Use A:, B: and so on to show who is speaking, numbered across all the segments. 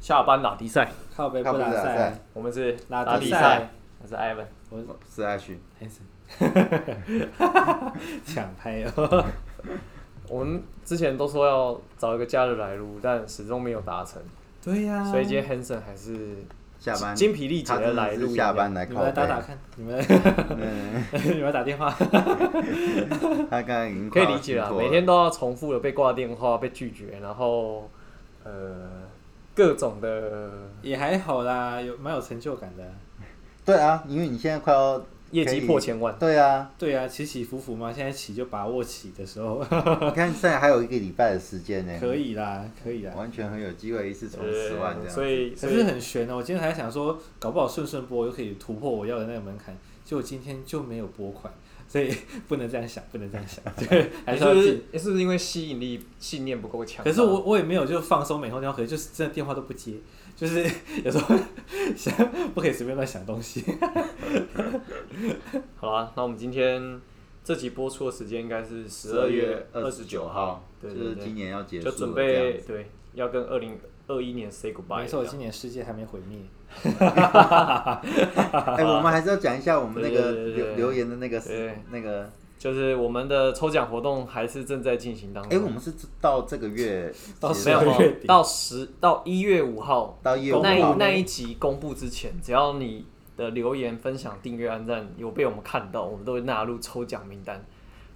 A: 下班拉迪赛，
B: 靠北
C: 看
B: 不
C: 不啊
B: 打
C: 打
B: 赛
C: 赛，，
A: 我们是
B: 拉
A: 拉
B: 迪
A: 迪
B: 赛
A: 赛，我是 Ivan，
B: 我
C: 是爱群，
B: 抢拍哦。
A: 我们之前都说要找一个假日来录，但始终没有达成，
B: 对呀、
A: 所以今天 Hanson 还是
C: 下班
A: 精疲力竭
C: 他
A: 的
C: 真
A: 来
C: 的
A: 录
C: 是
A: 音啊
C: 下班来
B: 你
C: 靠
B: 们来打
C: 背
B: 打看，你们
C: 嗯，
B: 你们来打电话，
C: 他刚刚已经
A: 可以
C: 快要
A: 理解啦，
C: 气破
A: 每天都要重复的被挂电话、被拒绝，然后呃各种的
B: 也还好啦，有蛮有成就感的。
C: 对啊，因为你现在快要
A: 业绩破千
C: 可
A: 万
C: 以，对啊，
B: 对啊，起起伏伏嘛，现在起就把握起的时候
C: 你看现在还有一个礼拜的时 间呢，
B: 可以啦，可以啦。
C: 完全很有机会一次冲
A: 呃
C: 十万这样，
A: 啊所以
B: 可
A: 所
B: 是
A: 以
B: 很悬哦，我今天还想说，搞不好顺顺播就可以突破我要的那个门槛，结果今天就没有拨款，所以 不能这样想，不能这样想， 对，还
A: 你
B: 是
A: 是
B: 要
A: 不
B: 进
A: 是是不是因为吸引力信念不够强？
B: 可是我我也没有就放松每通电话，可是就是真的电话都不接，就是 有时候想不可以随便乱想东西。
A: 好啦，那我们今天这集播出的时间应该是十二月二十九号，
C: 就
A: 对对
C: 是今
A: 对，
C: 年要结束
A: 就
C: 了
A: 准
C: 这
A: 备
C: 样子
A: 对要跟二零二一年 say goodbye
B: 没错，
A: 这
C: 啊
A: 样
B: 今年世界还没毁灭。
C: 哎，我们还是要讲一下我们那个
A: 对对对对
C: 留留言的那个
A: 对嗯
C: 那个，
A: 就是我们的抽奖活动还是正在进行当中。
C: 哎，我们是到这个月
B: 到
C: 结
A: 没有
C: 束
A: 没
B: 12月
A: 有
B: 底
A: 到十到一月五号
C: 到一月五
A: 那
C: 号
A: 一那一集公布之前，只要你的留言、分享、订阅、按赞有被我们看到，我们都会纳入抽奖名单。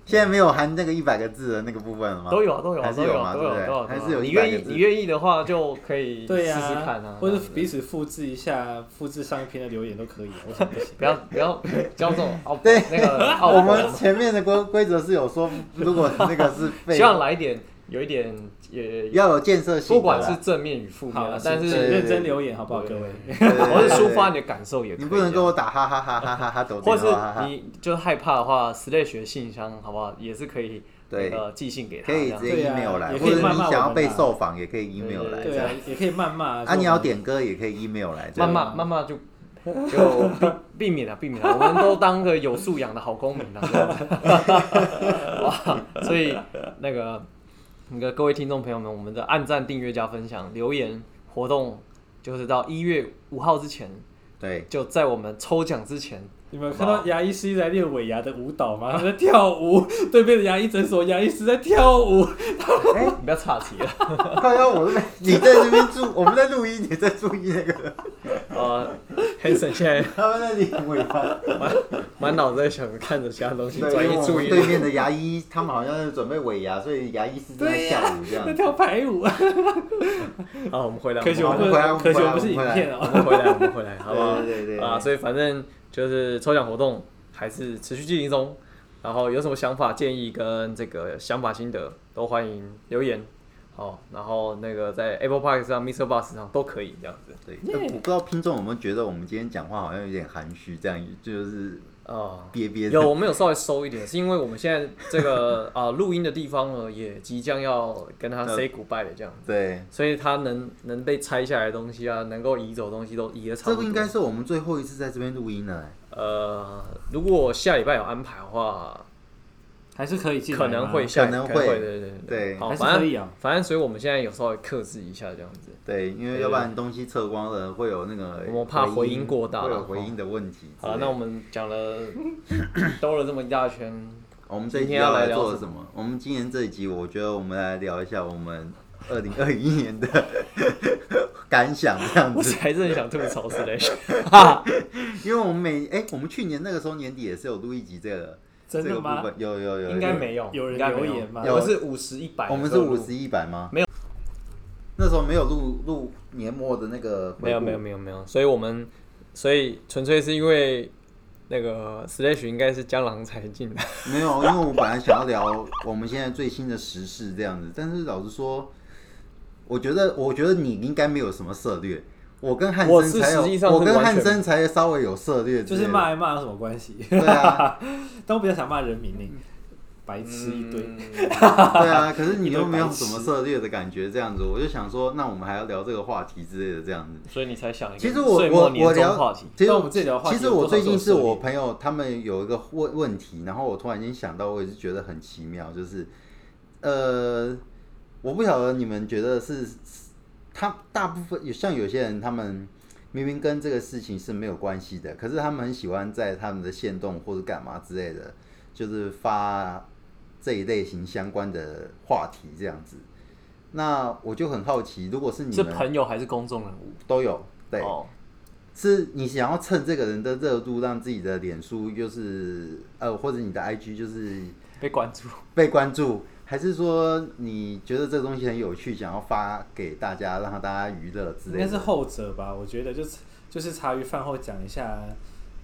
C: 现在没有含那个一百个字的那个部分了吗？
A: 都有啊，都有啊，
C: 还
A: 都
C: 是
A: 有啊，
C: 嘛，
A: 都
C: 对
A: 有
C: 不
A: 啊，都有啊。
C: 对？还是有
A: 你
C: 一
A: 愿
C: 百个
A: 意，
C: 字
A: 你。愿意的话就可以试
B: 对呀、
A: 试看啊，
B: 或者
A: 这样子
B: 彼此复制一下，复制上一篇的留言都可以啊。为什么 不行？
A: 不要不要教这种哦，
C: 对
A: 那个傲
C: 我
A: 娇
C: 们前面的规规则是有说，如果那个是被
A: 希望来一点，有一点也
C: 要有建设性的
A: 不
C: 啦，
A: 管是正面与负面
B: 好
A: 啊
B: 了，，
A: 但
B: 请
C: 是
B: 请
A: 是
B: 认真留言好不好，各位？
C: 对对对
A: 或是抒发你
C: 对
A: 的感受也可以。啊
C: 你不能跟我打哈哈哈哈哈哈抖
A: 或
C: 电
A: 是
C: 话哈哈，
A: 你就害怕的话，Slash 的信箱好不好？也是可以
C: 对
A: 呃寄信给他
C: 可以
A: 这
C: 直
A: 样
C: 接
B: 对啊
C: email 来，
B: 也可
C: 或
B: 以
C: 者你
B: 骂骂我
C: 想要
B: 们
C: 被
B: 啊
C: 受访也可以 email 来。
B: 对啊，也可以谩骂。
C: 啊，你要点歌也可以 email 来。这
A: 慢
C: 样
A: 慢慢慢就就避避免了避免了，我们都当个有素养的好公民了。这样子 哇，所以那个那个各位听众朋友们，我们的按赞、订阅、加分享、留言活动，就是到一月五号之前，
C: 对，
A: 就在我们抽奖之前。
B: 你们有看到牙医师在练尾牙的舞蹈吗？他 们在跳舞，对面的牙医诊所牙医师在跳舞。
C: 哎，
A: 你不要岔题了，
C: 快要我在你在这边注，我们在录音，你在注意那个，
A: 呃，很省现在
C: 他们那里很尾巴。
A: 满脑子在想看着其他东西，
C: 对，因
A: 转
C: 为
A: 移
C: 我
A: 注
C: 们
A: 意
C: 对
A: 力。
C: 面的牙医，他们好像在准备尾牙，所以牙医是
B: 对
C: 在
B: 呀
C: 下午这样
B: 在。跳排舞。
A: 好，我们回来，
B: 可惜
A: 我
B: 我
A: 们
B: 们不
C: 回来
B: 是，可惜我
C: 我
B: 们
C: 们回来
B: 不是影片哦。
A: 我们回来，我们回来，好不好？
C: 对对对对
A: 啊，所以反正就是抽奖活动还是持续进行中，然后有什么想法、建议跟这个想法心得，都欢迎留言。好，然后那个在 Apple Park 上、Mr. Bus 上都可以这样子。
C: 对，但我不知道听众有没有觉得我们今天讲话好像有点含蓄，这样就是
A: 啊、
C: 憋憋的
A: 有，我们有稍微收一点，是因为我们现在这个啊录、音的地方呢，也即将要跟
C: 嗯
A: 他 say goodbye 的这样，
C: 对，
A: 所以他能能被拆下来的东西啊，能够移走的东西都移的差
C: 这
A: 不多。
C: 个应该是我们最后一次在这边录音了、哎
A: 呃，如果下礼拜有安排的话，
B: 还是可以进来吗
A: 可能会下
C: 可能会
A: 对对对
C: 对
A: 好，
B: 还是
A: 反
B: 可
A: 正
B: 以啊
A: 反正，所以我们现在有稍微克制一下这样子。
C: 对，因为要不然东西测光了会有那个
A: 我们怕回
C: 回
A: 音过大
C: 会
A: 了
C: 有回音的问题之
A: 好
C: 类的。
A: 了，那我们讲 了兜了这么一大圈，
C: 我们这一
A: 今
C: 集
A: 天要
C: 要
A: 来
C: 来
A: 聊
C: 做
A: 什
C: 什么？我们今年这一集，我觉得我们来聊一下我们二零二一年的 感想这样
A: 我
C: 子，
A: 还是很想吐槽 Slash，
C: 因为我们每哎、我们去年那个时候年底也是有录一集这个
B: 真的吗
C: 这个部分有有有，
A: 应该
C: 有
A: 没有，
B: 有人
A: 应该没
B: 留言吗
A: 我们是五十一百，
C: 哦我们是五十，一百吗？
A: 没有，
C: 那时候没有录录年末的那个回顾
A: 没有没有没有没有，所以我们所以纯粹是因为那个 Slash 应该是江郎才尽的，
C: 没有，因为我本来想要聊 我们现在最新的时事这样子，但是老实说，我觉得我觉得你应该没有什么策略。我跟汉
A: 我
C: 森
A: 是
C: 才有，
A: 实际上是
C: 我跟
A: 完全
C: 汉森才稍微有策略之
B: 就
C: 类的，
B: 是骂一骂有什么关系？
C: 对 啊，
B: 但我比较想骂人民呢，白痴一堆。
A: 嗯
C: 对啊。可是你又没有
B: 一堆白痴
C: 什么策略的感觉，这样子，我就想说，那我们还要聊这个话题之类的，这样子。
A: 所以你才想一个
C: 其实
A: 嗯
C: 我
A: 岁末
C: 我
A: 年
C: 我
A: 终
C: 聊
A: 话题，
C: 其实
B: 那我们自己聊话题
C: 其实
B: 有多
C: 我
B: 少
C: 最近
B: 是
C: 是
B: 有涉猎
C: 我朋友他们有一个问问题，然后我突然间想到，我也是觉得很奇妙，就是呃，我不晓得你们觉得是他大部分有像有些人，他们明明跟这个事情是没有关系的，可是他们很喜欢在他们的线动或者干嘛之类的，就是发这一类型相关的话题这样子。那我就很好奇，如果是你
A: 是
C: 们
A: 朋友还是公众人物？
C: 都有对，
A: 哦，
C: 是你想要趁这个人的热度，让自己的脸书就是呃，或者你的 IG 就是
A: 被关注。
C: 被关注，还是说你觉得这个东西很有趣，想要发给大家，让大家娱乐之
B: 应
C: 类
B: 该
C: 的？
B: 是后者吧？我觉得就是就是茶余饭后讲一下，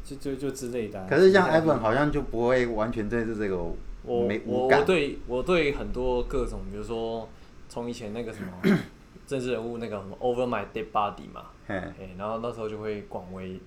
B: 就就就之类的啊、
C: 可是像
B: 其实
C: Evan 好像就不会完全对这这个
A: 我
C: 没
A: 我
C: 无
A: 我
C: 感，
A: 对我对很多各种，比如说从以前那个什 么政治人物那个什么 Over My Dead Body 嘛，
C: 嘿，
A: 哎，然后那时候就会广为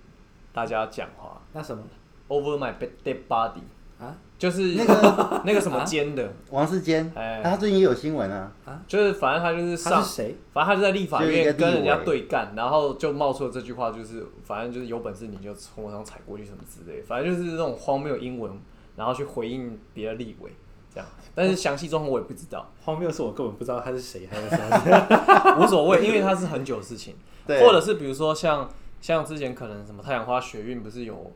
A: 大家讲话
B: 那什么
A: Over My Be- Dead Body，
B: 啊？
A: 就是那个 那个什么
C: 啊
A: 尖的，
C: 王世坚，
A: 哎
C: 他最近也有新闻啊，
A: 就是反正他就是
B: 他
A: 上
B: 是。谁？
A: 反正他就在立法
C: 就一个
A: 院
C: 立
A: 跟人家
C: 委
A: 对干，然后就冒出了这句话，就是反正就是有本事你就从我上踩过去什么之类，反正就是那种荒谬英文，然后去回应别的立委这样。但是详细状况我也不知 道，
B: 荒谬是我根本不知道他是 谁，还有什么？
A: 无所谓，因为它是很久的事情。
C: 对
A: 或者是比如说像像之前可能什么太阳花学运不是有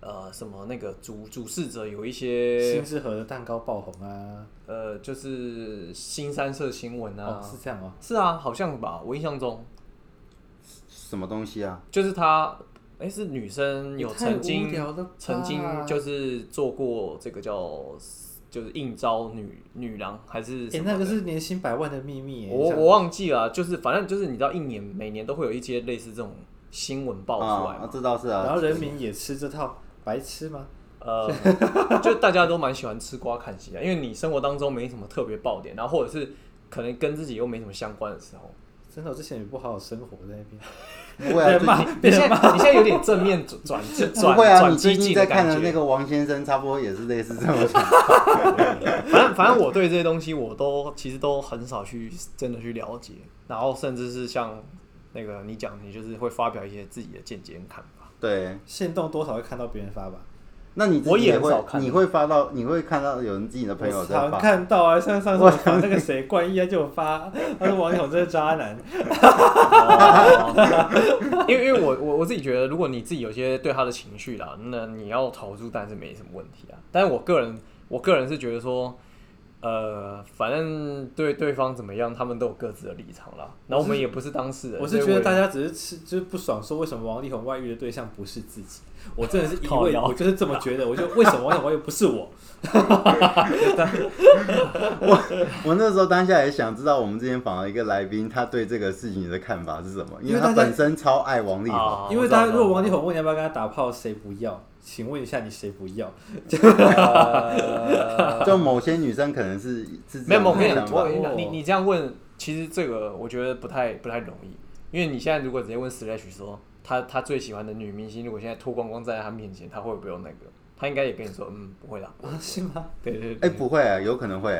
A: 呃什么那个主主事者有一些
B: 新之和的蛋糕爆红 啊！
A: 呃就是新三社新闻啊，
B: 哦，是这样哦。
A: 是啊，好像吧，我印象中
C: 什么东西啊？
A: 就是她，哎、是女生有
B: 也太
A: 曾
B: 无
A: 经
B: 聊了吧
A: 曾经
B: 嗯
A: 就是做过这个叫就是应招女女郎还是
B: 哎、
A: 什么的、
B: 那个是年薪百万的秘密耶。
A: 我
B: 像
A: 我忘记了啊，就是反正就是你知道一年每年都会有一些类似这种新闻爆出来嘛
C: 啊，这倒是
B: 然
C: 啊
B: 后，人民也吃这套，白痴吗？
A: 呃， 就大家都蛮喜欢吃瓜看戏的，因为你生活当中没什么特别爆点，然后或者是可能跟自己又没什么相关的 时候，
B: 真的，我之前也不好好生活在那边。
C: 不会啊，
A: 你
B: 被骂
C: 最近
A: 现在你现在有点正面转转
C: 不
A: 转
C: 会啊，
A: 转
C: 你最
A: 激
C: 近
A: 进
C: 在
A: 的
C: 看
A: 感
C: 的
A: 觉。
C: 那个王先生，差不多也是类似这种 情况，
A: 反正反正我对这些东西我都其实都很少去真的去了解，然后甚至是像那个你讲，你就是会发表一些自己的见解跟看法。
C: 对。
B: 现动多少会看到别人发吧，
C: 那你自己
A: 我也很少
C: 会，
A: 看
C: 你会发到，你会看到有人自己的朋友
B: 我
C: 在
B: 常
C: 发，
B: 看到啊，像上次我发那个谁冠一啊就有发，他说王勇真是渣男，
A: 因为因为我我我自己觉得，如果你自己有些对他的情绪啦，那你要投入，但是没什么问题啊。但是我个人，我个人是觉得说，呃，反正对对方怎么样，他们都有各自的立场啦。然后我们也不是当事人，
B: 我是觉得大
A: 家
B: 家只是吃就是不爽，说为什么王力宏外遇的对象不是自己，我真的是因
A: 靠
B: 为
A: 腰
B: 我就是这么觉得，我就为什么王力宏外遇不是我？
C: 我那时候当下也想知道，我们之前访了一个来宾，他对这个事情的看法是什么，因
B: 因为
C: 为他
B: 大家
C: 本身超爱王力宏。
A: 啊，
B: 因为大家如果王
A: 力
B: 力宏问你要不要跟他打炮，谁不要？请问一下你谁不要？
C: 就某些女生可能是是
A: 没有，我
C: 某
A: 跟
C: 些
A: 你
C: 想
A: 讲，
C: 法
A: 我，跟
B: 哦
A: 你讲，你你这样问，其实这个我觉得不太不太容易，因为你现在如果直接问 Slash 说他他最喜欢的女明星，如果现在脱光光站在他面前，他会不会有那个？他应该也跟你说，嗯，不会啦。
B: 啊，是吗？
A: 对对
C: 哎、
A: 对，
C: 不会、啊，有可能会、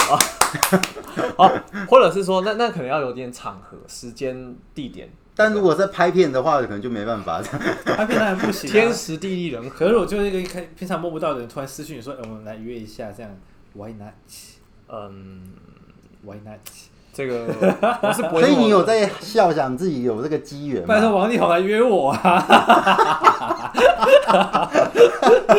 A: 好，或者是说，那那可能要有点场合、时间、地点，
C: 但如果是拍片的话，可能就没办法。
B: 他平常不行、啊，
A: 天时地利人和。
B: 可是我就是一个一开平常摸不到的人，突然私讯你说，哎、我们来约一下，这样 Why not？Why
A: 嗯，
B: not？
A: 这个 我 是不会。
C: 所以你有？在笑，想自己有这个机缘
B: 拜托
C: 吗？
B: 王力宏来约我啊！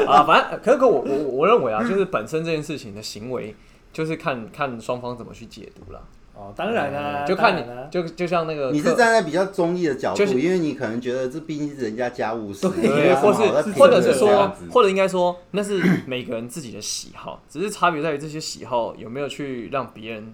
A: 啊，反正可是我我我认为啊，就是本身这件事情的行为，就是看看双方怎么去解读了。
B: 哦，当然啊，
A: 嗯就看
B: 当然啊
A: 你，就就像那个
C: 你是
A: 客
C: 站在比较中立的角度，
A: 就是
C: 因为你可能觉得这毕竟是人家家务事，
B: 对
A: 对，
B: 啊
A: 或
B: 是
A: 是
B: 是
A: 或者是
B: 这样
A: 说，
C: 或
A: 或者应该说，那是 每个人自己的喜好，只是差别在于这些喜好有没有去让别人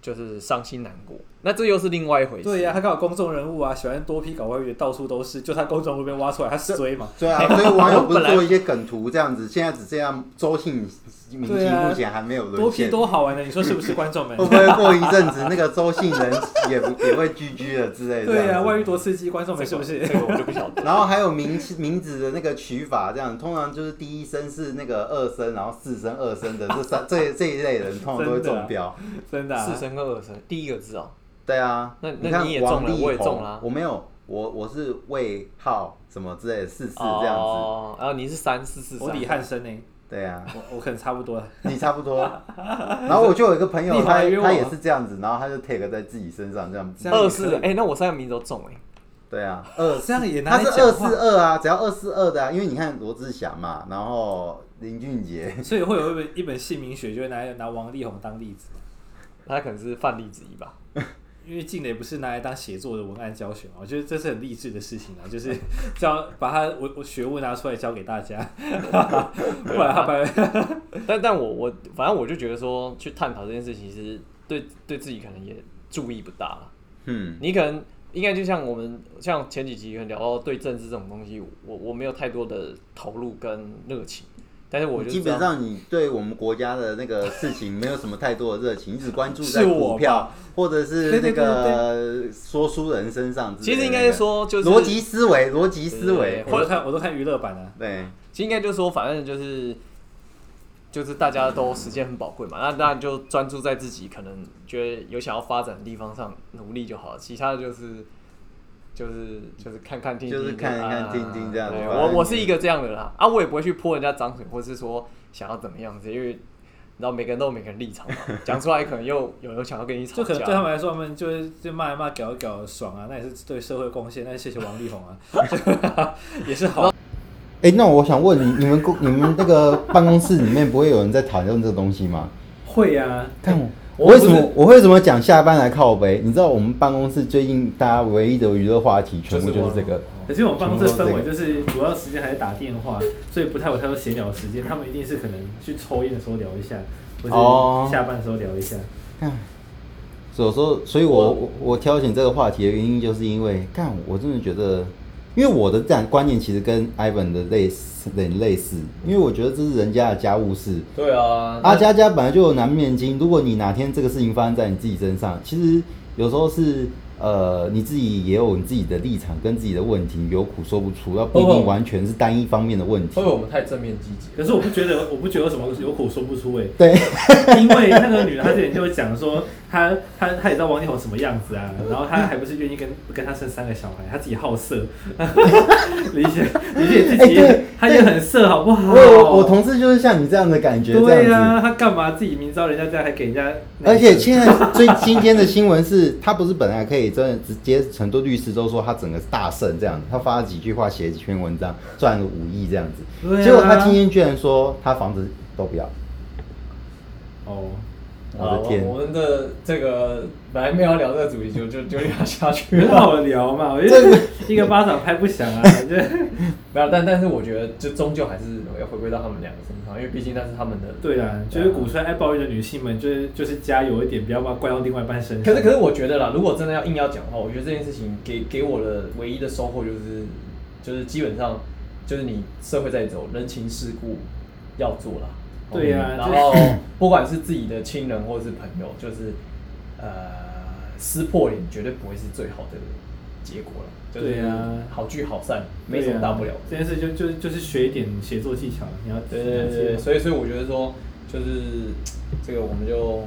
A: 就是伤心难过，那这又是另外一回事。
B: 对呀、他刚好公众人物啊，喜欢多批搞外遇的到处都是，就他公众人物被挖出来，他衰嘛。
C: 对啊，所以网友
A: 我
C: 不
A: 本
C: 是
A: 来
C: 做一些梗图这样子，现在只这样。周姓明
B: 对
C: 星
B: 啊
C: 目前还没有
B: 多
C: 沦
B: 批
C: 陷，
B: 多好玩的，你说是不 是，观众们
C: 会不？会过一阵子那个周姓人也不也会居居了之类的？
A: 啊
B: 对呀、
C: 呀，
B: 外遇多刺激，观众们是不
A: 这
B: 是？
A: 个我就不晓得。
C: 然后还有名 名字的那个取法，这样通常就是第一声是那个二声，然后四声、二声的这三这这一类人，通常都会中 标。
B: 真的、
A: 四
B: 啊，
A: 声跟二声，第一个字哦，
C: 对啊，
A: 那
C: 你看
A: 那你也中了
C: 王力宏，
A: 我也中了啊
C: 我没有，我我是魏浩什么之类的四四这样子。
A: 哦，然后你是三四四
B: 我
A: 三
B: 李，汉生呢、
C: 对啊，
B: 我我可能差不 多了。
C: 你差不多。然后我就有一个朋友，
B: 你
C: 他
B: 还约我
C: 他也是这样子，然后他就 take 在自己身上这样。
B: 这样也
A: 二
B: 可以
A: 四，哎、那我三个名字都中哎、
C: 对啊，
B: 呃，这样也拿
C: 他
B: 来
C: 是
B: 讲
C: 二
B: 话
C: 四，二啊，只要二四二的啊，因为你看罗志祥嘛，然后林俊杰，
B: 所以会有一本一本姓名学，就会拿来拿王力宏当例子，
A: 那他可能是范例之一吧。
B: 因为静蕾不是拿来当写作的文案教学嘛，我觉得这是很励志的事情啊， 就是教把他我我学问拿出来教给大家， 不然他白
A: 但但我我反正我就觉得说，去探讨这件事情，其实对对自己可能也注意不大了。
C: 嗯，
A: 你可能应该就像我们像前几集可能聊到对政治这种东西，我我没有太多的投入跟热情，但是我就
C: 基
A: 知道
C: 本上你对我们国家的那个事情没有什么太多的热情，你只关注在
B: 是我
C: 股票或者是
B: 对对
C: 那
B: 对
C: 个说书人身上之类的那个。
A: 其实应该是说就是
C: 逻辑思维，逻辑思
A: 对
C: 维，
B: 我都看我都看娱乐版啊，
C: 对，
A: 其实应该就是说，反正就是就是大家都时间很宝贵嘛，那当然就专注在自己可能觉得有想要发展的地方上努力就好了，其他的就是就是就是看看听听，
C: 就是看看听听这样子
A: 对
C: 反正
A: 我我是一个这样的人啦，啊，我也不会去泼人家脏水，或是说想要怎么样子，因为你知道每个人都有每个人立场嘛，讲出来可能又有人想要跟你吵
B: 就可
A: 架，
B: 能对他们来说，他们就是就骂一骂，搞一搞爽啊，那也是对社会贡献，那谢谢王力宏啊， 就也是好。
C: 哎、那我想问你，你们公你们那个办公室里面不会有人在讨论这个东西吗？
B: 会啊，
C: 看我，
B: 我
C: 我为什
B: 不
C: 么
B: 是
C: 我为什么讲下班来靠背？你知道我们办公室最近大家唯一的娱乐话题全部
A: 就是
C: 就
A: 我
C: 是这个，
B: 可是我们办公室的氛围
C: 全部都是这
B: 就
C: 个
B: 是主要时间还是打电话，所以不太有太多闲聊时间。他们一定是可能去抽烟的时候聊一下，或
C: 哦
B: 者下班的时候聊一下。
C: 看，所以说，所以我我我挑选这个话题的原因，就是因为看我真的觉得，因为我的这样观念其实跟 Ivan 的类似很类似，因为我觉得这是人家的家务事，
A: 对啊
C: 阿佳佳本来就有难面经，如果你哪天这个事情发生在你自己身上，其实有时候是呃你自己也有你自己的立场跟自己的问题，有苦说不出，要不
B: 哦
C: 一定完全是单一方面的问题。
A: 我们太正面积极？
B: 可是我不觉得，我不觉得有什么有苦说不出哎、
C: 对，
B: 因为那个女的她之前就讲说，她她她也知道王力宏什么样子啊，然后她还不是愿意跟跟他生三个小孩，她自己好色， 理解理解自己
C: 哎对
B: 也，她也很色好不好？
C: 我有我同事就是像你这样的感觉，这
B: 对
C: 样
B: 啊，
C: 子。
B: 她干嘛自己明知道人家这样还给人家那个？
C: 而且现在最今天的新闻是，他不是本来可以真的直接，很多律师都说他整个大胜这样子，他发了几句话，写几篇文章，赚了五亿这样子，
B: 对啊
C: 结果他今天居然说他房子都不要，
B: 哦，
C: 我的天！
A: 我们的这个本来没有聊这个主题，就就就聊下
C: 啊
A: 去
B: 很 好聊嘛，我觉得 一个巴掌拍不响啊，反正
A: 没有，但但是我觉得，就终究还是要回归到他们两个身上，因为毕竟那是他们的。
B: 对啦，就是
C: 啊
B: 鼓吹爱抱怨的女性们，就是就是加油一点，不要把它怪到另外一半身上。
A: 可是可是我觉得啦，如果真的要硬要讲的话，我觉得这件事情给给我的唯一的收获就是，就是基本上就是你社会在走，人情世故要做啦。
B: 对啊呀
A: 嗯
B: 这
A: 然后 不管是自己的亲人或是朋友，就是呃撕破脸绝对不会是最好的结果了。就是
B: 对啊呀
A: 好聚好散，没什么大不了的。
B: 啊这件事就就就是学一点写作技巧，你要
A: 对对
B: 啊
A: 对对，所以所以我觉得说，就是这个我们就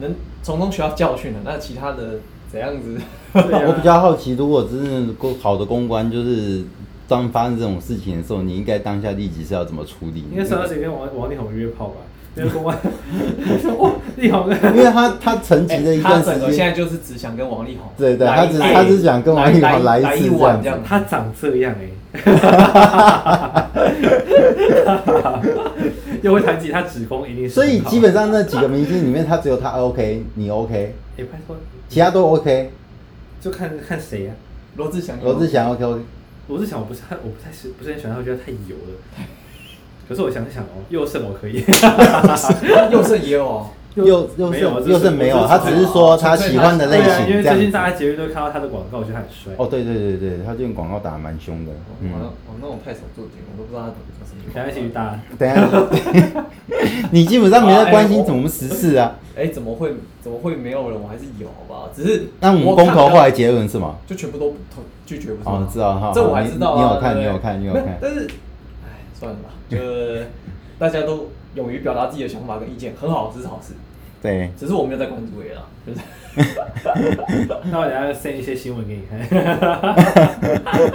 A: 能从中学到教训了。那其他的怎样子？
B: 对啊
C: 我比较好奇，如果真的公好的公关，就是当发生这种事情的时候，你应该当下立即是要怎么处理？
B: 应该是要谁跟王王力宏约炮吧？那个公 安，哇，力宏跟
C: 因为他他沉寂了一
A: 他
C: 段
B: 哎
A: 整个
C: 时
A: 现
C: 间，
A: 在就是只想跟王力宏，
C: 对对
A: 来
C: 他只
A: 来
C: 他只想跟王力宏
A: 来
C: 来一
A: 来
C: 次
A: 一晚
C: 这样
A: 子
B: 他长这样哎、 又会弹吉他指控，一定是
C: 所
B: 很好。
C: 以基本上那几个明星里面，他只有他 OK，你 OK，
B: 也、欸拜托，
C: 其他都 OK。
B: 就看看谁呀、
A: 罗志祥，
C: 罗志， 祥 OK OK，
B: 罗志祥，我不是太，我不太喜，不是很喜欢他，我觉得太油了。可是我想想哦，佑胜我可以，
A: 佑胜也有哦。
C: 又又
B: 没有啊
C: 是
B: 这
C: 又
B: 是
C: 是没有，
B: 我
C: 他
B: 是
C: 只是说他喜欢的类
B: 对啊，
C: 型
B: 因为
C: 这样
B: 最近
C: 子。
B: 大家节目都看到他的广告，我觉得他很帅。
C: 哦，对对对对，他最近广告打得蛮凶的。
B: 哦
C: 嗯
A: 我，我那种太少做节目，我都不知道他怎么做什么。
B: 等一下一起去搭。
C: 等一下，你基本上没在关
B: 哎
C: 心怎么时事啊。
A: 哎，怎么会怎么会没有人？我还是有好吧，只是
C: 那我们
A: 看
C: 公投
A: 到
C: 后来结论是吗？
A: 就全部都不同拒绝不是吗
C: 哦知道哈
A: 这我
C: 好
A: 还
C: 你
A: 知道啊。
C: 你有
A: 对不
C: 看
A: 对
C: 你有看你有看
A: 没但是，哎， 算了吧，就是大家都勇于表达自己的想法跟意见，很好，这是好事。
C: 对，
A: 只是我没有在关注 A 啦，就是
B: 那我等下 send 一些新闻给你看，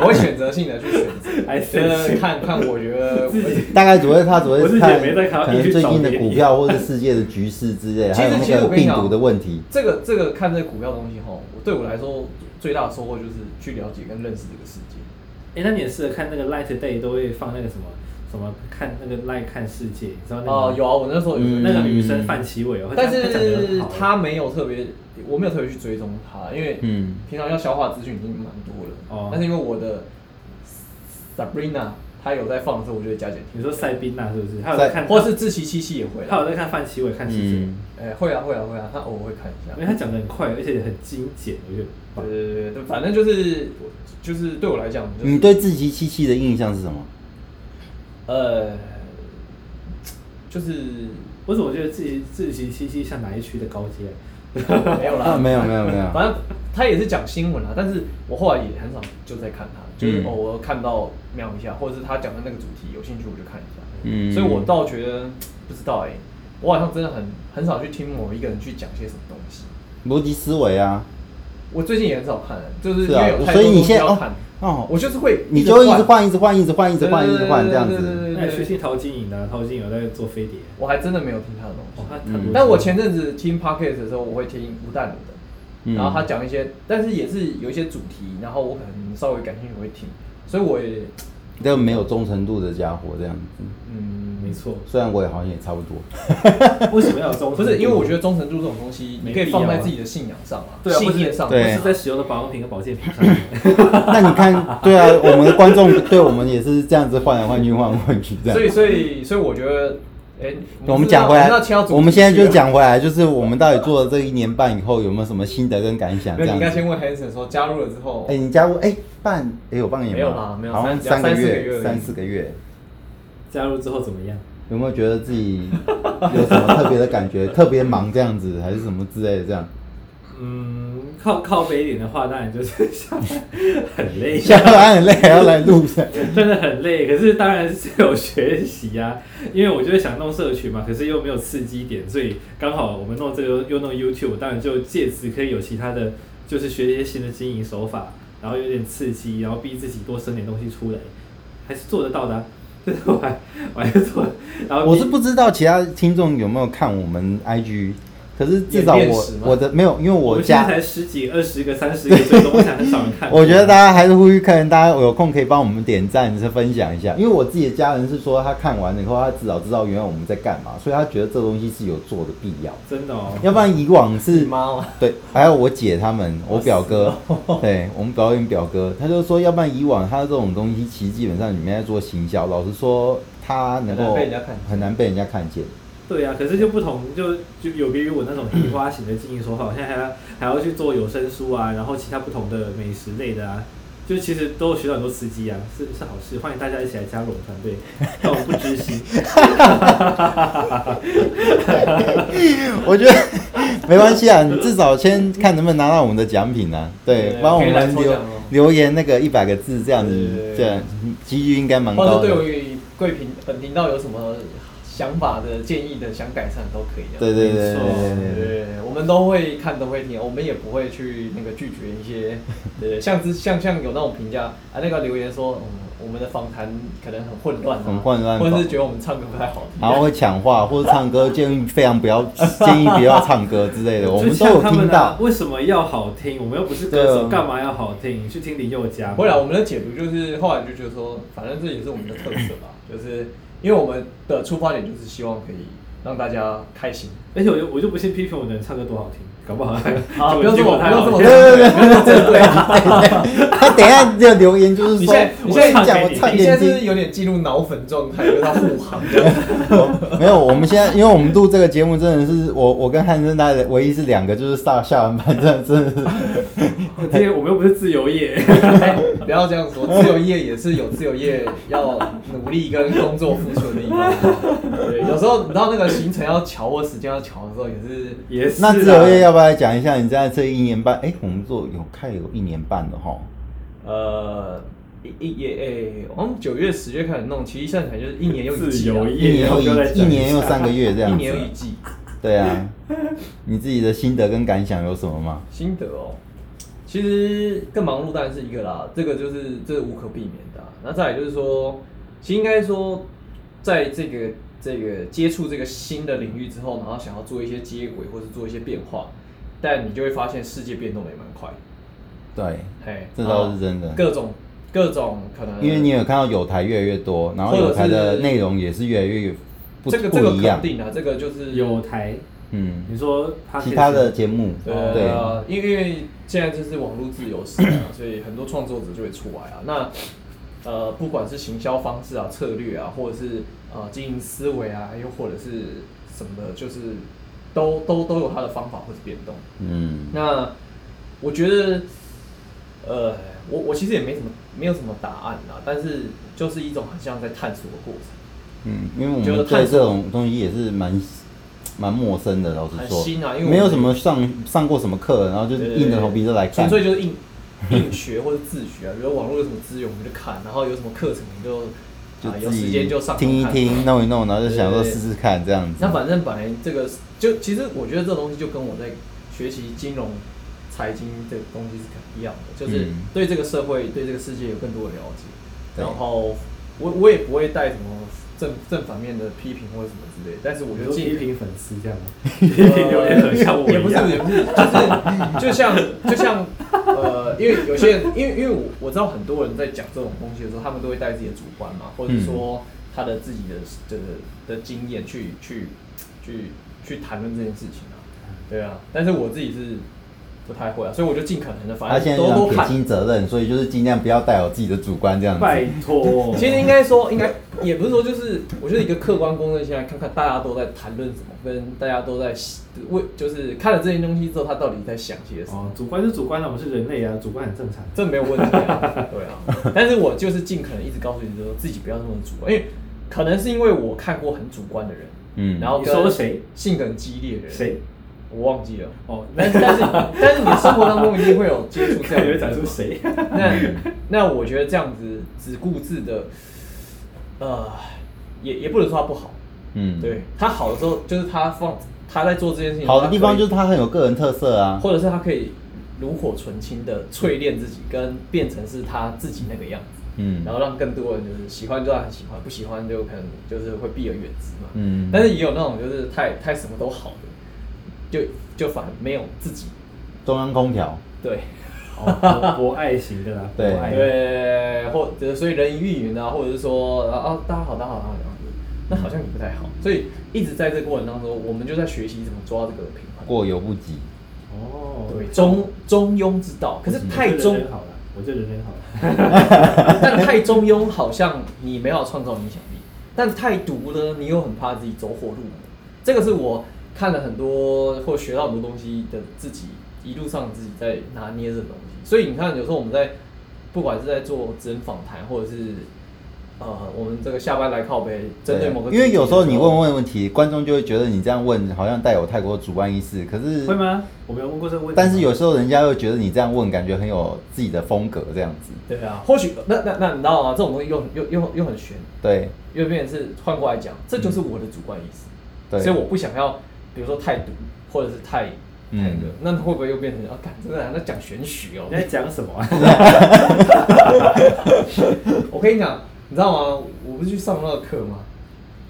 A: 我会选择性的去选择，
B: 还
A: 觉
B: send
A: 得
B: 信
A: 看看，我觉 得
B: 自己
C: 大概主要他主要
B: 我
C: 是
B: 是
C: 看
B: 也没在看
C: 可能
B: 一直
C: 最
B: 找
C: 近的
B: 别
C: 股
B: 的
C: 票或者世界的局势之 类的，
A: 其
C: 还
A: 实
C: 有
A: 其实我
C: 那个
A: 跟你
C: 病
A: 讲
C: 毒的问题。
A: 这个这个看这个股票的东西哈，我对我来说最大的收获就是去了解跟认识这个世界。
B: 哎、那你也适合看那个 Light Day，都会放那个什么什么看那个 Light 看世界，你知道那个、
A: 哦、有啊，我那时候有
C: 嗯
B: 那个女生范奇伟哦，
A: 但
B: 她讲得
A: 是
B: 很好
A: 他没有特别，我没有特别去追踪他，因为
C: 嗯
A: 平常要消化资讯已经蛮多了。
B: 哦
A: 但是因为我的 Sabrina 她有在放的时候，我就会加减听，
B: 你说塞宾娜是不是？她有在
C: 塞
B: 看，
A: 或是自欺欺欺也会
B: 她
A: 啦。
B: 有在看范奇伟看世界，
C: 嗯，
A: 哎、会啊会啊会啊，她偶尔会看一下
B: 因为。她讲的很快，而且很精简，我觉得
A: 对
B: 很棒。
A: 对对对，反正就是就是对我来讲，就是、
C: 你对自己七七的印象是什么？
A: 呃就是
B: 我怎么觉得自己自己七七像哪一区的高阶？
A: 没有啦
C: 啊，，没有没有没有，
A: 反正他也是讲新闻啦，但是我后来也很少就在看他，就是
C: 嗯
A: 偶尔看到瞄一下，或者是他讲的那个主题有兴趣我就看一下。
C: 嗯
A: 所以我倒觉得不知道哎、我好像真的很很少去听某一个人去讲些什么东西。
C: 逻辑思维啊，
A: 我最近也很少看，就是
C: 是
A: 因
C: 啊
A: 为有，太
C: 所
A: 多
C: 以
A: 东
C: 你
A: 西
C: 现在
A: 要
C: 哦
A: 看，
C: 哦，
A: 我就是会
C: 你就一直，换，一直换，一直换，一直换，一直换这样
A: 对对对对
C: 子。
A: 对
B: 那你学习陶晶莹啊，陶晶莹有在做飞碟，
A: 我还真的没有听他的东西
B: 哦，。她她
C: 嗯
B: 多
A: 但我前阵子听 podcast 的时候，我会听吴淡如的，
C: 嗯
A: 然后他讲一些，但是也是有一些主题，然后我可能稍微感兴趣我会听，所以我也
C: 这个没有忠诚度的家伙这样子，
A: 嗯
B: 没错，
C: 虽然我也好像也差不多。
B: 为什么要有中？
A: 不是因为我觉得忠诚度这种东西，你
B: 没
A: 可以
B: 必要
A: 放在
B: 啊
A: 自己的信仰上啊，
B: 对啊，
A: 信念上，
B: 不是
C: 对
B: 不是在使用的保养品和保健品上 面。
C: 那你看， 对啊，我们的观众对我们也是这样子换来换去，换来换去这样
A: 所。以所以所以我觉得，哎，
C: 我们
A: 是
C: 讲
A: 要
C: 回来
A: 要切到主，题
C: 我们现在
A: 去
C: 就
A: 啊。
C: 讲回来，就是我们到底做了这一年半以后有没有什么心得跟感想？
A: 那
C: 这
A: 你
C: 样
A: 应
C: 子
A: 该。先问 Hanson 说加入了之后
C: 哎、，你加入哎、半哎有半年吗
A: 没有啦没有
C: 好像
A: 三
C: 个
A: 三四个月而
C: 月
A: 已
C: 三四个月，
B: 加入之后怎么样？
C: 有没有觉得自己有什么特别的感觉？ 特别忙这样子，还是什么之类的这样？
B: 嗯，靠靠北一点的话，当然就是下班很累，
A: 哎
B: 啊
C: 下班很累 还要来录噻。
B: 真的很累。可是当然是有学习啊，因为我就是想弄社群嘛，可是又没有刺激点，所以刚好我们弄这个又弄 YouTube，当然就借此可以有其他的，就是学一些新的经营手法，然后有点刺激，然后逼自己多生点东西出来，还是做得到的啊、就是我还我还是做，然
A: 哎
B: 后逼
C: 我是不知道其他听众有没有看我们 IG，可是至少
A: 演练
C: 我
A: 史吗
C: 我的没有，因为
B: 我
C: 我
B: 们现在
C: 家
B: 才十几、二十个、三十个追踪，我想很少人看。
C: 我
A: 啊
C: 觉得大家还是呼吁客人，大家有空可以帮我们点赞，是分享一下。因为我自己的家人是说，他看完了以后，他至少知道原来我们在干嘛，所以他觉得这东西是有做的必要。
B: 真的哦，
C: 要不然以往是啊
A: 你妈妈
C: 对，还有我姐他们，我表哥， 对我们表演表哥，他就说，要不然以往他这种东西，其实基本上你们在做行销，老实说，他能
A: 很难
C: 够
A: 被人家看见
C: 很难被人家看见。
B: 对啊呀、可是就不同，就就有别于我那种移花型的经营手法，我现在还要还要去做有声书啊，然后其他不同的美食类的啊，就其实都有学到很多刺激啊，是是好事，欢迎大家一起来加入我们团 队，让我们不知心。
C: 我觉得没关系啊，你至少先看能不能拿到我们的奖品啊。对，
A: 对
C: 帮我
A: 可以来
C: 们
A: 抽
C: 留
A: 奖哦
C: 留言那个一百个字这样子
A: 对，
C: 这样几率应该 蛮
A: 或者
C: 高
A: 是对
C: 的。
A: 于贵频本频道有什么想法的建议的，想改善都可以啊。
C: 对对对
B: 没
C: 对
B: 错
C: 对对对。
A: 对，我们都会看，都会听，我们也不会去那个拒绝一些，呃，像之像像有那种评价啊，那个留言说，嗯，我们的访谈可能很混乱、啊，
C: 很混乱
A: 或者是觉得我们唱歌不太好听。
C: 然后会抢话或者唱歌，建议非常不要建议不要唱歌之 类的，我们都有
B: 就像他
C: 听
B: 们啊
C: 到。
B: 为什么要好听？我们又不是歌手，
C: 对啊
B: 干嘛要好听？你去听林宥嘉吧。
A: 后来我们的解读就是，后来就觉得说，反正这也是我们的特色吧，就是因为我们的出发点就是希望可以让大家开心。
B: 而且我就我就不信批评我的人唱歌多好听，搞不好还
A: 啊， 不要这么，不要这么，
B: 结果太好
A: 不
B: 听
A: 要这么对啊。
C: 他等一下这留言就是
A: 你
C: 说
A: 现在，
C: 我
A: 你现在
C: 讲我
B: 你
C: 差
A: 你现在
C: 点
A: 是
C: 进，
A: 有点进入脑粉状态，就是他护航这样。
C: 没有，我们现在因为我们录这个节目真的是我我跟汉生大概唯一是两个就是上下完班真的 真的是
A: 啊
B: 这些我们又不是自由业。
A: 哎， 不要这样说，自由业也是有自由业要努力跟工作付出的地方。对，有时候你知道那个行程要瞧或时间要瞧的时候，也是
B: 也是啊
C: 那自由业要不要来讲一下？你在这一年半，哎、我们做有看有一年 半了哈。
A: 呃。一一也诶，我们九月十月开始弄，其实算起来就是一年又一季、啊，
B: 自由
C: 一
B: 业
C: 年
B: 要
C: 又
B: 不要来
C: 一
B: 讲
C: 一
B: 一下
C: 年又三个月这样
A: 一
C: 子。
A: 年又一季。
C: 对啊，你自己的心得跟感想有什么吗？
A: 心得哦，其实更忙碌当然是一个啦，这个就是这是无可避免的啊、那再来就是说，其实应该说，在这个这个接触这个新的领域之后，然后想要做一些接轨或是做一些变化，但你就会发现世界变动的也蛮快，
C: 对，
A: 嘿，
C: 这倒是真
A: 然
C: 的
A: 后啊各种各种可能，
C: 因为你有看到有台越来越多，然后有台
A: 或者
C: 的
A: 是
C: 内容也是越来越不
A: 这个这
C: 不
A: 个
C: 一样
A: 肯，定啊，这个就是
B: 有台，
C: 嗯，
B: 你说 podcast
C: 其他的节目
A: 对
C: 哦对
A: 啊，因为因为现在就是网络自由时代啊，所以很多创作者就会出来啊。那呃，不管是行销方式啊、策略啊，或者是呃经营思维啊，又或者是什么的，就是都都都有它的方法或者变动。
C: 嗯，
A: 那我觉得，呃，我我其实也没什么没有什么答案啊，但是就是一种很像在探索的过程，
C: 嗯，因为我
A: 觉得
C: 们
A: 探
C: 对
A: 索
C: 这种东西也是蛮蛮陌生的，老实
A: 很
C: 说，
A: 新啊因为我
C: 没有
A: 们
C: 什么上上过什么课，然后就
A: 对
C: 是
A: 对
C: 硬着
A: 对
C: 头皮就来
A: 纯
C: 干。
A: 粹就是硬硬学或者自学啊，比如网络有什么资源我们就看，然后有什么课程你就。
C: 就
A: 啊，有
C: 自
A: 时
C: 己
A: 间就上网
C: 听一
A: 看
C: 听，弄一弄，然后就想说
A: 对对
C: 试
A: 对
C: 试看这样子。
A: 那反正本来这个就其实我觉得这东西就跟我在学习金融、财经这个东西是一样的，就是
C: 嗯
A: 对这个社会、对这个世界有更多的了解。
C: 对
A: 然后我我也不会带什么正正反面的批评或者什么之类，但是我觉
B: 我觉
A: 得
B: 得批
A: 尽
B: 评粉丝这样吗？批评留言很像我
A: 呃也不
B: 一
A: 是
B: 样，
A: 也不是，就是就像就像呃，因为有些人，因为因为我我知道很多人在讲这种东西的时候，他们都会带自己的主观嘛，或者
C: 嗯
A: 是说他的自己的的的经验去去去去谈论这件事情啊，对啊，但是我自己是不太会啊，所以我就尽可能的，
C: 他
A: 反
C: 现在
A: 正
C: 就
A: 都
C: 想
A: 都
C: 撇
A: 看。
C: 清责任，所以就是尽量不要带有自己的主观这样子。
B: 拜托，哦
A: 其实应该说，应该也不是说，就是我觉得一个客观公正，现在看看大家都在谈论什么，跟大家都在为，就是看了这些东西之后，他到底在想些什么。
B: 哦，主观是主观的，我们是人类啊，主观很正常。
A: 这没有问题啊， 对啊。但是我就是尽可能一直告诉你说，自己不要那么主观，因为可能是因为我看过很主观的人，
C: 嗯，
A: 然后
B: 你
A: 跟
B: 说谁
A: 性格很激烈的人，
B: 谁？
A: 我忘记了。
B: 哦，那
A: 但 但是但是你生活当中一定会有接触这
B: 感
A: 样的
B: 觉
A: 人
B: 讲出
A: 嘛
B: 谁？
A: 那那我觉得这样子只顾自的，呃，也也不能说他不好，
C: 嗯，
A: 对他好的时候就是他放他在做这件事情，
C: 好的地方
A: 他可以
C: 就是他很有个人特色啊。
A: 或者是他可以炉火纯青的淬炼自己，跟变成是他自己那个样子，
C: 嗯
A: 然后让更多人就是喜欢就让他喜欢，不喜欢就可能就是会避而远之嘛。
C: 嗯
A: 但是也有那种就是太太什么都好的，就就反而没有自己
C: 中央空调，
A: 对。
B: 哦，博博爱型的啦，博
C: 对
B: 爱。
A: 对，或者所以人云亦云啊，或者是说啊大家好，大家好，大家好，那好像也不太好，所以一直在这个过程当中，我们就在学习怎么抓这个平衡，
C: 过犹不及。
B: 哦，
A: 对中中庸之道。可是太中
B: 我这人好了，我这人很好了。
A: 但太中庸好像你没有创造影响力，但太毒呢，你又很怕自己走火入魔。这个是我看了很多或学到很多东西的自己一路上自己在拿捏这个东西。所以你看，有时候我们在不管是在做职人访谈，或者是呃我们这个下班来靠背，针对某个主题的时候，
C: 啊因为有时候你问问问题，观众就会觉得你这样问好像带有太过主观意识，可是
B: 会吗？我没有问过这个问题。
C: 嗯但是有时候人家又觉得你这样问，感觉很有自己的风格这样子。
A: 对啊，或许那那那你知道吗？这种东西又又又又很玄，
C: 对，
A: 又变成是换过来讲，这就是我的主观意识。
C: 对
A: 所以我不想要，比如说太毒或者是太太那个，
C: 嗯
A: 那会不会又变成啊？干真的、啊、那讲玄学哦
B: 你。在讲什么啊？
A: 我跟你讲，你知道吗？我不是去上那个课吗？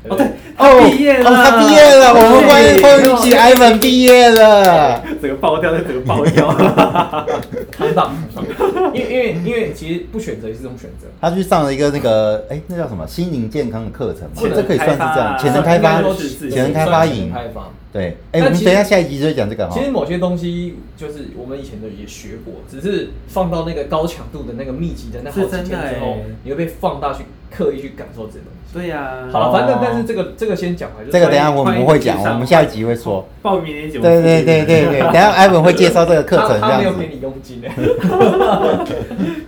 A: 哦对，
B: 他毕业了
C: 哦，他毕业了，我们欢迎欢迎起 i 们毕业了。
B: 整个爆掉，整个爆掉。
A: 扛到， 因为因为因为其实不选择也是一种选择。
C: 他去上了一个那个，哎，那叫什么心灵健康的课程嘛，
A: 潜能
C: 这可以算是这样，潜
B: 开
C: 能
B: 发
A: 应
B: 啊
C: 开发
A: 该说，
B: 是是
C: 潜能开发
A: 算是
C: 营
A: 开发。
C: 对，哎，
A: 但
C: 我们
A: 其实
C: 等一下下一集就会讲这个哈
A: 其。实某些东西就是我们以前的也学过，只是放到那个高强度的那个密集的那好
B: 是
A: 几天
B: 真的
A: 之后
B: 欸，
A: 你会被放大去刻意去感受这些东西。
B: 对呀。
A: 好了，反正
C: 哦
A: 但是这个这个先讲回来，就是
C: 这个等一下
B: 欢迎
C: 我们会讲
B: 欢迎去，上
C: 我们下一集会说。
B: 报名年节目。
C: 对对对 对对，等一下 Ivan 会介绍这个课程这
A: 他他没有
C: 样
A: 给
C: 子。
A: 你佣金哎，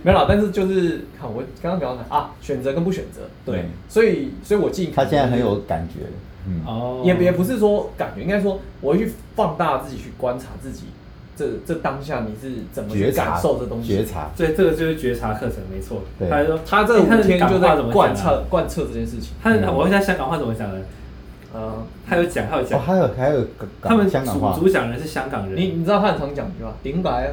A: 没有啦，但是就是看我刚刚讲到哪啊，选择跟不选择，对，
C: 嗯
A: 所以所以我尽
C: 他
A: 可能
C: 现在很有感觉，嗯，
B: 哦，
A: 也也不是说感觉，应该说我会去放大自己去观察自己，这这当下你是怎么去
C: 觉
A: 感
C: 察
A: 受这东西，
C: 觉察，
B: 对，这个就是觉察课程，没错。
C: 对
B: 他就说
A: 他这
B: 哎
A: 五
B: 的
A: 天
B: 港
A: 就
B: 话
A: 在
C: 哎
B: 怎么讲啊
C: 嗯
A: 贯彻贯彻这件事情，
B: 他我问一下香港话怎么讲的？
A: 嗯，
B: 他有讲，他有
C: 哦，
B: 讲，
C: 还有还有港
B: 他们
C: 香港
B: 主
C: 话，
B: 主讲人是香港人，
A: 你你知道他很常讲一句话，明白？啊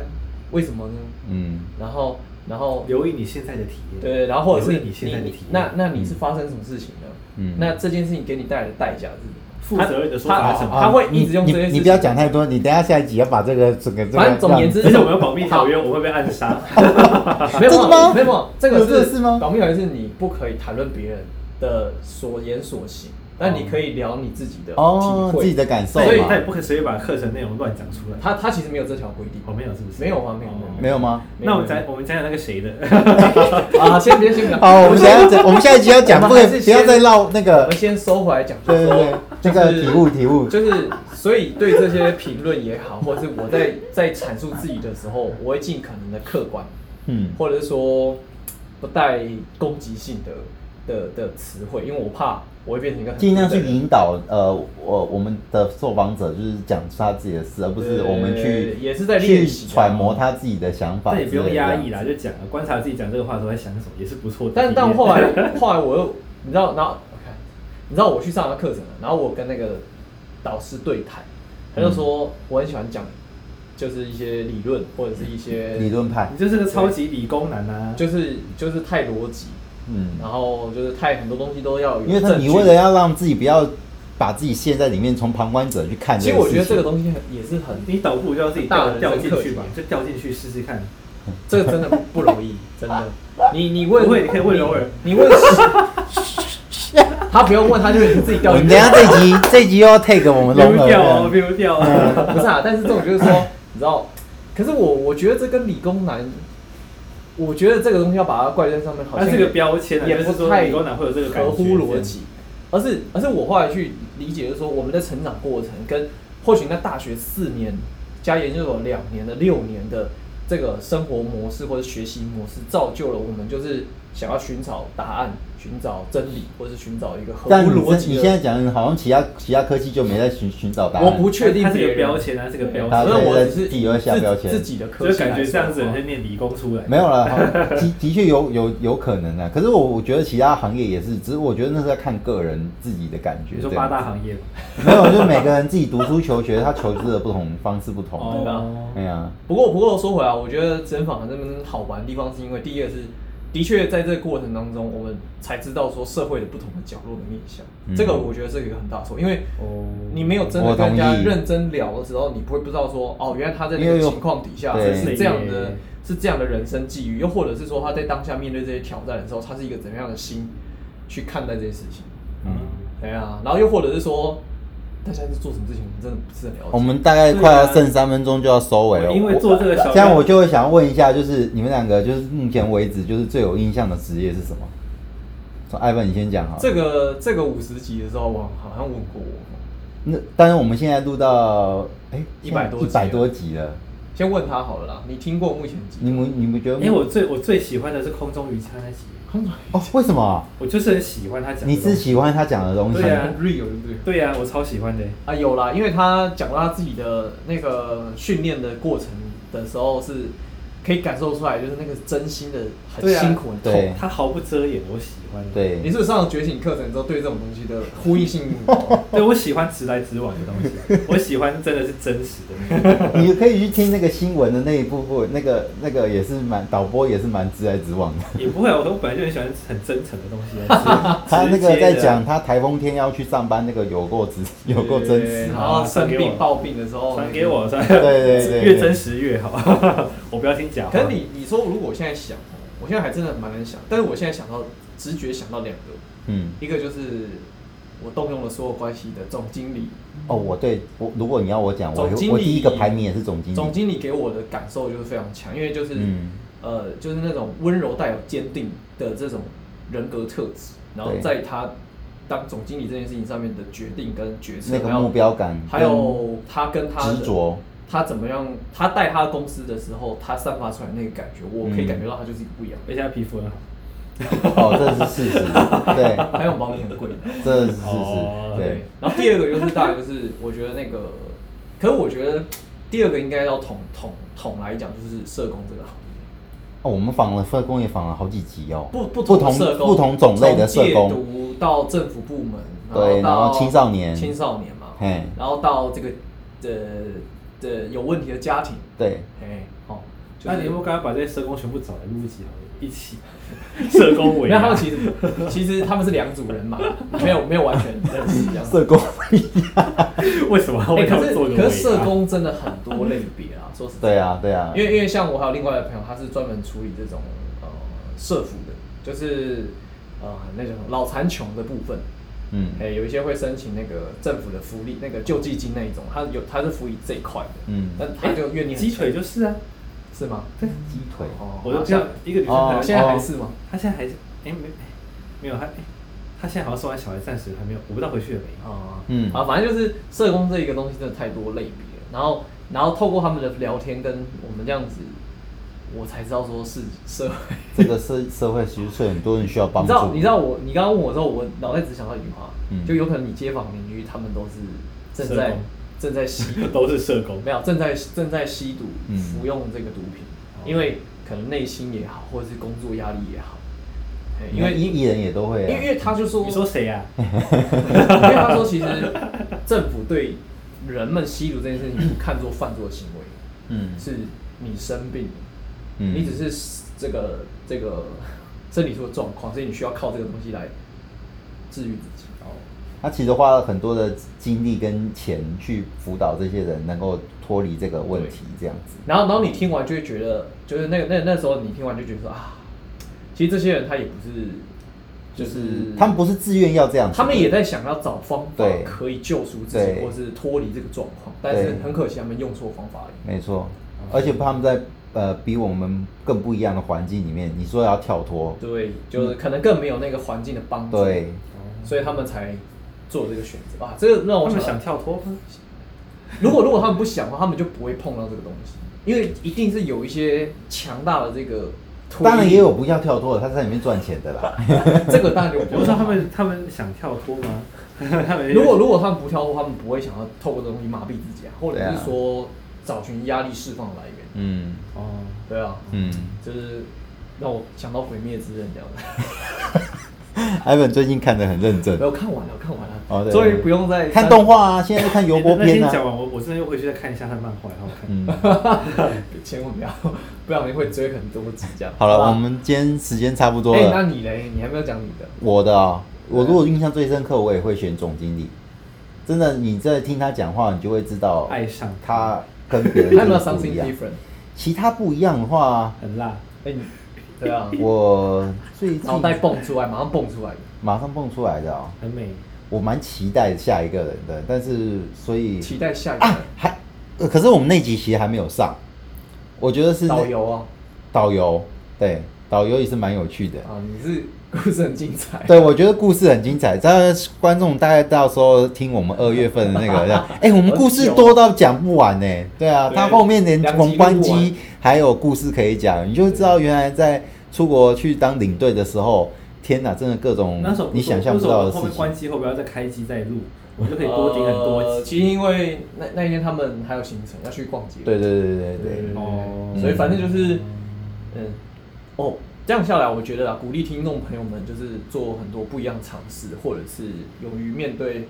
A: 为什么呢？
C: 嗯，
A: 然后然后
B: 留意你现在的体验，
A: 对，然后或者
B: 留
A: 是
B: 意你现在的体验，
A: 那那你是发生什么事情呢？
C: 嗯
A: 那这件事情给你带来的代价是什么？
B: 负责任的说法是什么？
A: 他
C: 啊
A: 会
C: 你
A: 一直用
C: 你
A: 这些事
C: 你
A: 情
C: 不要讲太多，你等一下下一集要把这个整个这个，
A: 反正总而言之，
B: 而且我们有保密条约，我会被暗 杀。
A: 没有
C: 真的吗
A: 没有没有，这个
C: 有这
A: 是
C: 个事吗
A: 保密条约是你不可以谈论别人的所言所行，但你可以聊你自己的
C: 哦
A: 体会
C: 自己的感受
B: 所以
C: 嘛
B: 他也不可以随便把课程内容乱讲出来。
A: 他他其实没有这条规定，
B: 哦，没有是不是？
A: 没有啊没有
B: 哦
C: 没有 吗？
B: 那我们
A: 没
B: 讲
A: 有
B: 我们讲讲那个谁 的，
A: 啊，先别先不要
C: 好，哦我们等一下再我们下一集要讲，不
A: 我
C: 可
A: 们
C: 以
A: 还是
C: 不要
A: 先
C: 再绕那
A: 我
C: 个
A: 们，先收回来讲，
C: 对 对对，那个体悟体悟，
A: 就是所以对这些评论也好，或者是我在在阐述自己的时候，我会尽可能的客观，
C: 嗯，
A: 或者是说不带攻击性的的的词汇，因为我怕我会变成一个很
C: 尽量去
A: 负责任
C: 引导呃我我们的受访者就是讲他自己的事，而不是
A: 对
C: 我们去
A: 也是在练
C: 去
A: 习啊
C: 揣摩他自己的想法
B: 但也
C: 之类的，
B: 不用压 抑啦，就讲了，观察自己讲这个话的时候在想什么，也是不错的体
A: 但
B: 验。
A: 但后来后来我又你知道，然后我看你知道我去上了课程了，然后我跟那个导师对谈，他就说我很喜欢讲，就是一些理论或者是一些
C: 理，论派
B: 你，就是个超级理工男啊，
A: 就是就是太逻辑，
C: 嗯，
A: 然后就是太很多东西都要有
C: 因为他
A: 证
C: 你
A: 据。
C: 为了要让自己不要把自己陷在里面，从旁观者去看
A: 其
C: 这
A: 实
C: 个
A: 我
C: 事情，
A: 觉得这个东西很也是很，
B: 你倒不如就让自己
A: 大
B: 掉
A: 人
B: 掉
A: 生
B: 进
A: 课
B: 去
A: 题
B: 吧，就掉进去试试看。
A: 这个真的不容易，真的。你你问
B: 不会你可以问柔儿
A: 你问，他不用问，他就自己掉
C: 我
A: 进去。
C: 们哦等一下这一集这一集又要 take 我们龙
B: 丢
C: 儿
B: 掉哦，
C: 了，嗯
B: 丢掉哦。
A: 不是 啊，但是这种就是说，你知道，可是我我觉得这跟理工男，我觉得这个东西要把它怪在上面，好
B: 它
A: 像
B: 是个标签啊，
A: 也
B: 就是
A: 不
B: 说
A: 太
B: 理工男会有这个感
A: 合
B: 觉，
A: 乎逻辑，而是而是我后来去理解，就是说我们的成长过程跟或许那大学四年加研究所两年的六年的这个生活模式或者学习模式，造就了我们就是想要寻找答案、寻找真理，或者是寻找一个合
C: 但
A: 乎
C: 你
A: 逻
C: 这
A: 辑
C: 你
A: 的
C: 现在讲的好像其他其他科技就没在寻寻找答案，
A: 我不确定
B: 它是个
A: 别人
B: 标签啊是个标签
A: 对所以我只
C: 大家在
A: 是
C: 自己会下标签
A: 自自己的科
B: 就
A: 系
B: 感
A: 来
B: 觉
A: 说
B: 这样子
A: 的
B: 人
A: 话
B: 是念理工出来。
C: 没有了，好 的的确有有有可能啊。可是我我觉得其他行业也是，只是我觉得那是在看个人自己的感觉。
B: 你说
C: 这样
B: 八大行业嘛，
C: 没有，就每个人自己读书求学，他求知的不同方式不同。
A: 对吧
B: 哦
C: 哎呀，
A: 不过，不过说回来，我觉得真访这边好玩的地方，是因为第一个是，的确在这个过程当中，我们才知道说社会的不同的角落的面向。
C: 嗯
A: 这个我觉得是一个很大的收获，因为
B: 哦
A: 你没有真的
C: 我
A: 跟人
C: 同意
A: 家认真聊的时候，你不会不知道说，哦，原来他在那
C: 因为
A: 个
C: 有
A: 情况底下
C: 对
A: 是这样
B: 对
A: 的，是这样的人生际遇，又或者是说他在当下面对这些挑战的时候，他是一个怎么样的心去看待这些事情。
C: 嗯
A: 对啊，然后又或者是说，大家是做什么事情，我们真的不是很了解。
C: 我们大概快要剩三分钟就要收尾了。
B: 因为
C: 我
B: 做这个小
C: 这样我就会想要问一下，就是你们两个，就是目前为止就是最有印象的职业是什么？从艾文你先讲好了。
A: 这个这个五十集的时候，我好像问过我，
C: 那当然我们现在录到哎
A: 100多
C: 一
A: 集了
C: 百多集了，
A: 先问他好了啦。你听过目前几
C: 你们你们觉得？
B: 因为我最我最喜欢的是空中瑜伽那集，
A: 空转
C: 哦，为什么啊？
B: 我就是很喜欢他讲的东
C: 你
B: 西。
C: 是喜欢他讲的东西？
B: 对啊
A: real 对不对？
B: 对呀、我超喜欢的。
A: 啊，有啦，因为他讲到他自己的那个训练的过程的时候，是可以感受出来，就是那个真心的很
B: 对啊
A: 辛苦很痛。
C: 对
B: 他毫不遮掩，我喜欢。，
C: 对
A: 你是不是上了觉醒课程之后，对这种东西的呼应 性很高
B: 对我喜欢直来直往的东西，啊我喜欢真的是真实的。
C: 你可以去听那个新闻的那一部分，那个那个也是蛮导播也是蛮直来直往的。
B: 也不会，啊我本来就很喜欢很真诚的东西啊。
C: 他 那
B: 直
C: 个
B: 接
C: 在
B: 的
C: 讲他台风天要去上班，那个有够直，有够真
A: 对
C: 实
A: 然。后生病抱病的时候，
B: 传给。我，传
C: 对对对
B: 越真实越好。我不要听假话。
A: 可是你你说，如果我现在想，我现在还真的蛮难想，但是我现在想到直觉想到两个，
C: 嗯，
A: 一个就是我动用了所有关系的总经理，
C: 哦，我对我如果你要我讲，我
A: 总经理
C: 我第一个排名也是总经理。
A: 总经理给我的感受就是非常强，因为就是、
C: 嗯
A: 呃，就是那种温柔带有坚定的这种人格特质，然后
C: 对
A: 在他当总经理这件事情上面的决定跟决策，
C: 那个
A: 还有
C: 目标感，
A: 还有他跟他的
C: 执着，
A: 他怎么样，他带他的公司的时候，他散发出来那个感觉，我可以
C: 嗯
A: 感觉到他就是一个不一样的人。
B: 而且他皮肤很好。
C: 哦，这是事实，对，
A: 还有保你很贵的。
C: 这是事
B: 哦
C: 实，对，
A: 然后第二个就是大概就是，我觉得那个，可是我觉得第二个应该要统统统来讲，就是社工这个行业，
C: 哦，我们访了社工也访了好几集哦，
A: 不
C: 不
A: 不同的
C: 同
A: 社工
C: 不同种类的社
A: 从戒
C: 工，
A: 毒到政府部门，
C: 对，然
A: 到
C: 后青少年，
A: 青少年嘛，
C: 嘿，
A: 然后到这个呃的有问题的家庭，
C: 对，
A: 哎，哦，就
B: 那
A: 是
B: 你有没有刚刚把这些社工全部找来录一集好了，一 起社工啊委
A: 没有，
B: 员
A: 他们其实其实他们是两组人嘛，没有没有完全 认识这样子。
C: 社工，
B: 为什么要
A: 哎
B: 为他
A: 可是
B: 们做个啊
A: 可是
B: 尾
A: 社
B: 牙
A: 工真的很多类别啊，说实在，
C: 对啊，对啊，
A: 因为因为像我还有另外的朋友，他是专门处理这种呃社服的，就是呃那种老残穷的部分。
C: 嗯
A: 哎、有一些会申请那个政府的福利，那个救济金那一种，他有他是辅以这一块的，
C: 嗯
A: 但他就愿力很
B: 哎鸡腿
A: 强
B: 就是啊，
A: 是吗？
B: 对，
C: 鸡腿，
A: 哦
B: 我就这
A: 像
B: 样一个女生
C: 哦
B: 还
A: 现在还是吗？
B: 她现在还是哎没没有她哎，她现在好像送完小孩，暂时还没有，我不知道回去了没。
A: 啊，
C: 嗯
A: 啊，反正就是社工这一个东西真的太多类别了，然后然后透过他们的聊天跟我们这样子，我才知道说是社会。
C: 这个社社会其实是很多人需要帮
A: 你
C: 助
A: 知
C: 的，
A: 道你知道我你刚刚问我之后，我脑袋只想到一句话，
C: 嗯
A: 就有可能你街坊邻居他们都是正
B: 社
A: 在
B: 工
A: 正在吸 毒
B: 都是社工
A: 没，有正在正在吸毒、
C: 嗯
A: 服用这个毒品，
B: 哦
A: 因为可能内心也好，或者是工作压力也好，哎
C: 你
A: 因
C: 看
A: 为
C: 艺艺人也都会、啊，
A: 因为因为他就说，
B: 你说谁啊 呀？
A: 因为他说其实政府对人们吸毒这件事情不看作犯罪的行为，
C: 嗯
A: 是你生病，
C: 嗯
A: 你只是这个这个 生理出的状况，所以你需要靠这个东西来治愈自己。
C: 哦他其实花了很多的精力跟钱去辅导这些人能够脱离这个问题，这样子。
A: 然后，然后你听完就会觉得，就是那个那那时候你听完就觉得说啊，其实这些人他也不是，就是
C: 他们不是自愿要这样子
A: 他
C: 的，
A: 们也在想要找方法
C: 对
A: 可以救赎自己，
C: 对
A: 或是脱离这个状况，但是很可惜他们用错方法了。
C: 没错，而且他们在呃比我们更不一样的环境里面，你说要跳脱，
A: 对，就是可能更没有那个环境的帮助，
C: 对，
A: 所以他们才做这个选择啊。这个让
B: 他
A: 我
B: 们
A: 想
B: 想
A: 到，
B: 跳脱吗？
A: 如果如果他们不想的话，他们就不会碰到这个东西，因为一定是有一些强大的这个推力，
C: 当然也有不要跳脱的，他在里面赚钱的 啦。
A: 这个当然就不
B: 我
A: 会
B: 说他们他们想跳脱吗？ 他们
A: 如果如果他们不跳脱，他们不会想要透过这东西麻痹自己啊，或者
C: 对啊
A: 是说找寻压力释放的来源。
C: 嗯
B: 哦，
A: 对啊，
C: 嗯
A: 就是让我想到《毁灭之刃》这样
C: 嗯
A: 的。
C: ，Ivan 最近看得很认真
A: 没，有看完了，看完
C: 哦
A: 了，
C: 对
A: 终于不用再
C: 看动画啊，现在在
A: 哎
C: 看油锅
B: 那天
C: 片
B: 讲
C: 啊。
B: 完，我我真的又回去再看一下他的漫画，然后看。
C: 嗯，
A: 千万不要，不然你会追很多集这样。
C: 好了，
A: 吧
C: 我们今天时间差不多
A: 哎、
C: 了。
A: 那你嘞？你还没有讲你的。
C: 我的、哦，我如果印象最深刻，我也会选总经理。真的，你在听他讲话，你就会知道
B: 爱上
C: 他跟别人
A: 哎 他有没有
C: 真的不
A: something
C: 一样。
A: different？
C: 其他不一样的话，
B: 很辣，
A: 哎、你对啊，
C: 我最近
A: 脑袋蹦出来，马上蹦出来。
C: 马上蹦出来的哦，
B: 很美。
C: 我蛮期待下一个人的，但是所以
A: 期待下一个
C: 啊，还、呃可是我们那集其实还没有上，我觉得是那
A: 导游啊
C: 导游对导游也是蛮有趣的。
A: 啊！你是 故事很精彩。
C: 对，我觉得故事很精彩。这观众大概到时候听我们二月份的那 个，哎、我们故事多到讲不完呢、对啊，
A: 对
C: 他后面连
A: 两集
C: 宏观
A: 录不
C: 机
A: 完
C: 还有故事可以讲，你就知道原来在出国去当领队的时候，天哪，真的各种
B: 那时候
C: 嗯你想象不到的事
B: 后面关
C: 情。
B: 机后不要再开机再录，我就可以多听很多
A: 呃
B: 集。
A: 其实因为那那一天他们还有行程要去逛街。
C: 对对对对
A: 对
C: 对
A: 对
B: 哦
A: 对，所以反正就是，嗯，哦，这样下来，我觉得啊，鼓励听众朋友们就是做很多不一样的尝试，或者是勇于面对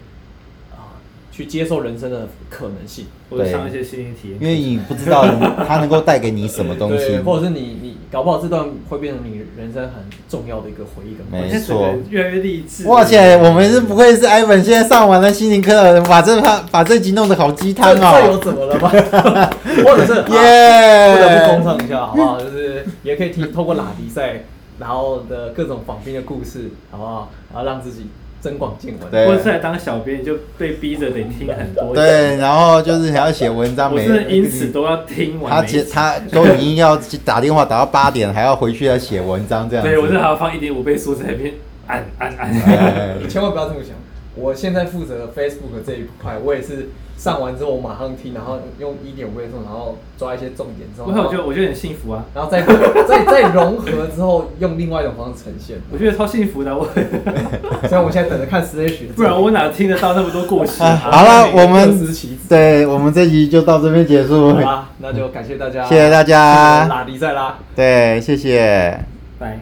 A: 啊，去接受人生的可能性，
B: 我就上一些新的体验
C: 因。为你不知道它能够带给你什么东西
A: 对，。或者是你你搞不好这段会变成你人生很重要的一个回忆跟回忆。
B: 我
C: 没
B: 现在整个人越来越励志。
C: 哇塞，我们是不愧是 Ivan，现在上完了心灵课，把这把这集弄得好鸡汤
A: 这这有
C: 哦，
A: 怎么了 吗？或者是
C: 耶、
A: 啊不得不公唱一下，好不好？就是也可以听透过拉迪赛，然后的各种访宾的故事，好不好？然后让自己增广见闻。
C: 对
B: 或者是来当小编，你就被逼着得听很多。，
C: 对，然后就是还要写文章，
B: 我
C: 每
B: 真的因此都要听完
C: 他
B: 每一
C: 接
B: 集。
C: 他都已经要打电话打到八点，还要回去要写文章这样子。
B: 对，我这还要放一点五倍速在那边按按 按。
C: 哎
A: 你千万不要这么想。我现在负责 Facebook 这一块，我也是上完之后我马上听，然后用一点五倍速，然后抓一些重点之后，
B: 我看我觉得我觉得很幸福啊，
A: 然后再再 再融合之后，用另外一种方式呈现。
B: 我觉得超幸福的。啊我
A: 所以我现在等着看 Slash，
B: 不然我哪听得到那么多故事
C: 啊
B: 啊？
C: 好了，我
A: 各司
C: 们
A: 其职。
C: 对我们这集就到这边结束
A: 好，啦，那就感谢大家，
C: 啊谢谢大家，
A: 拉迪再拉。
C: 对，谢谢。
B: 拜。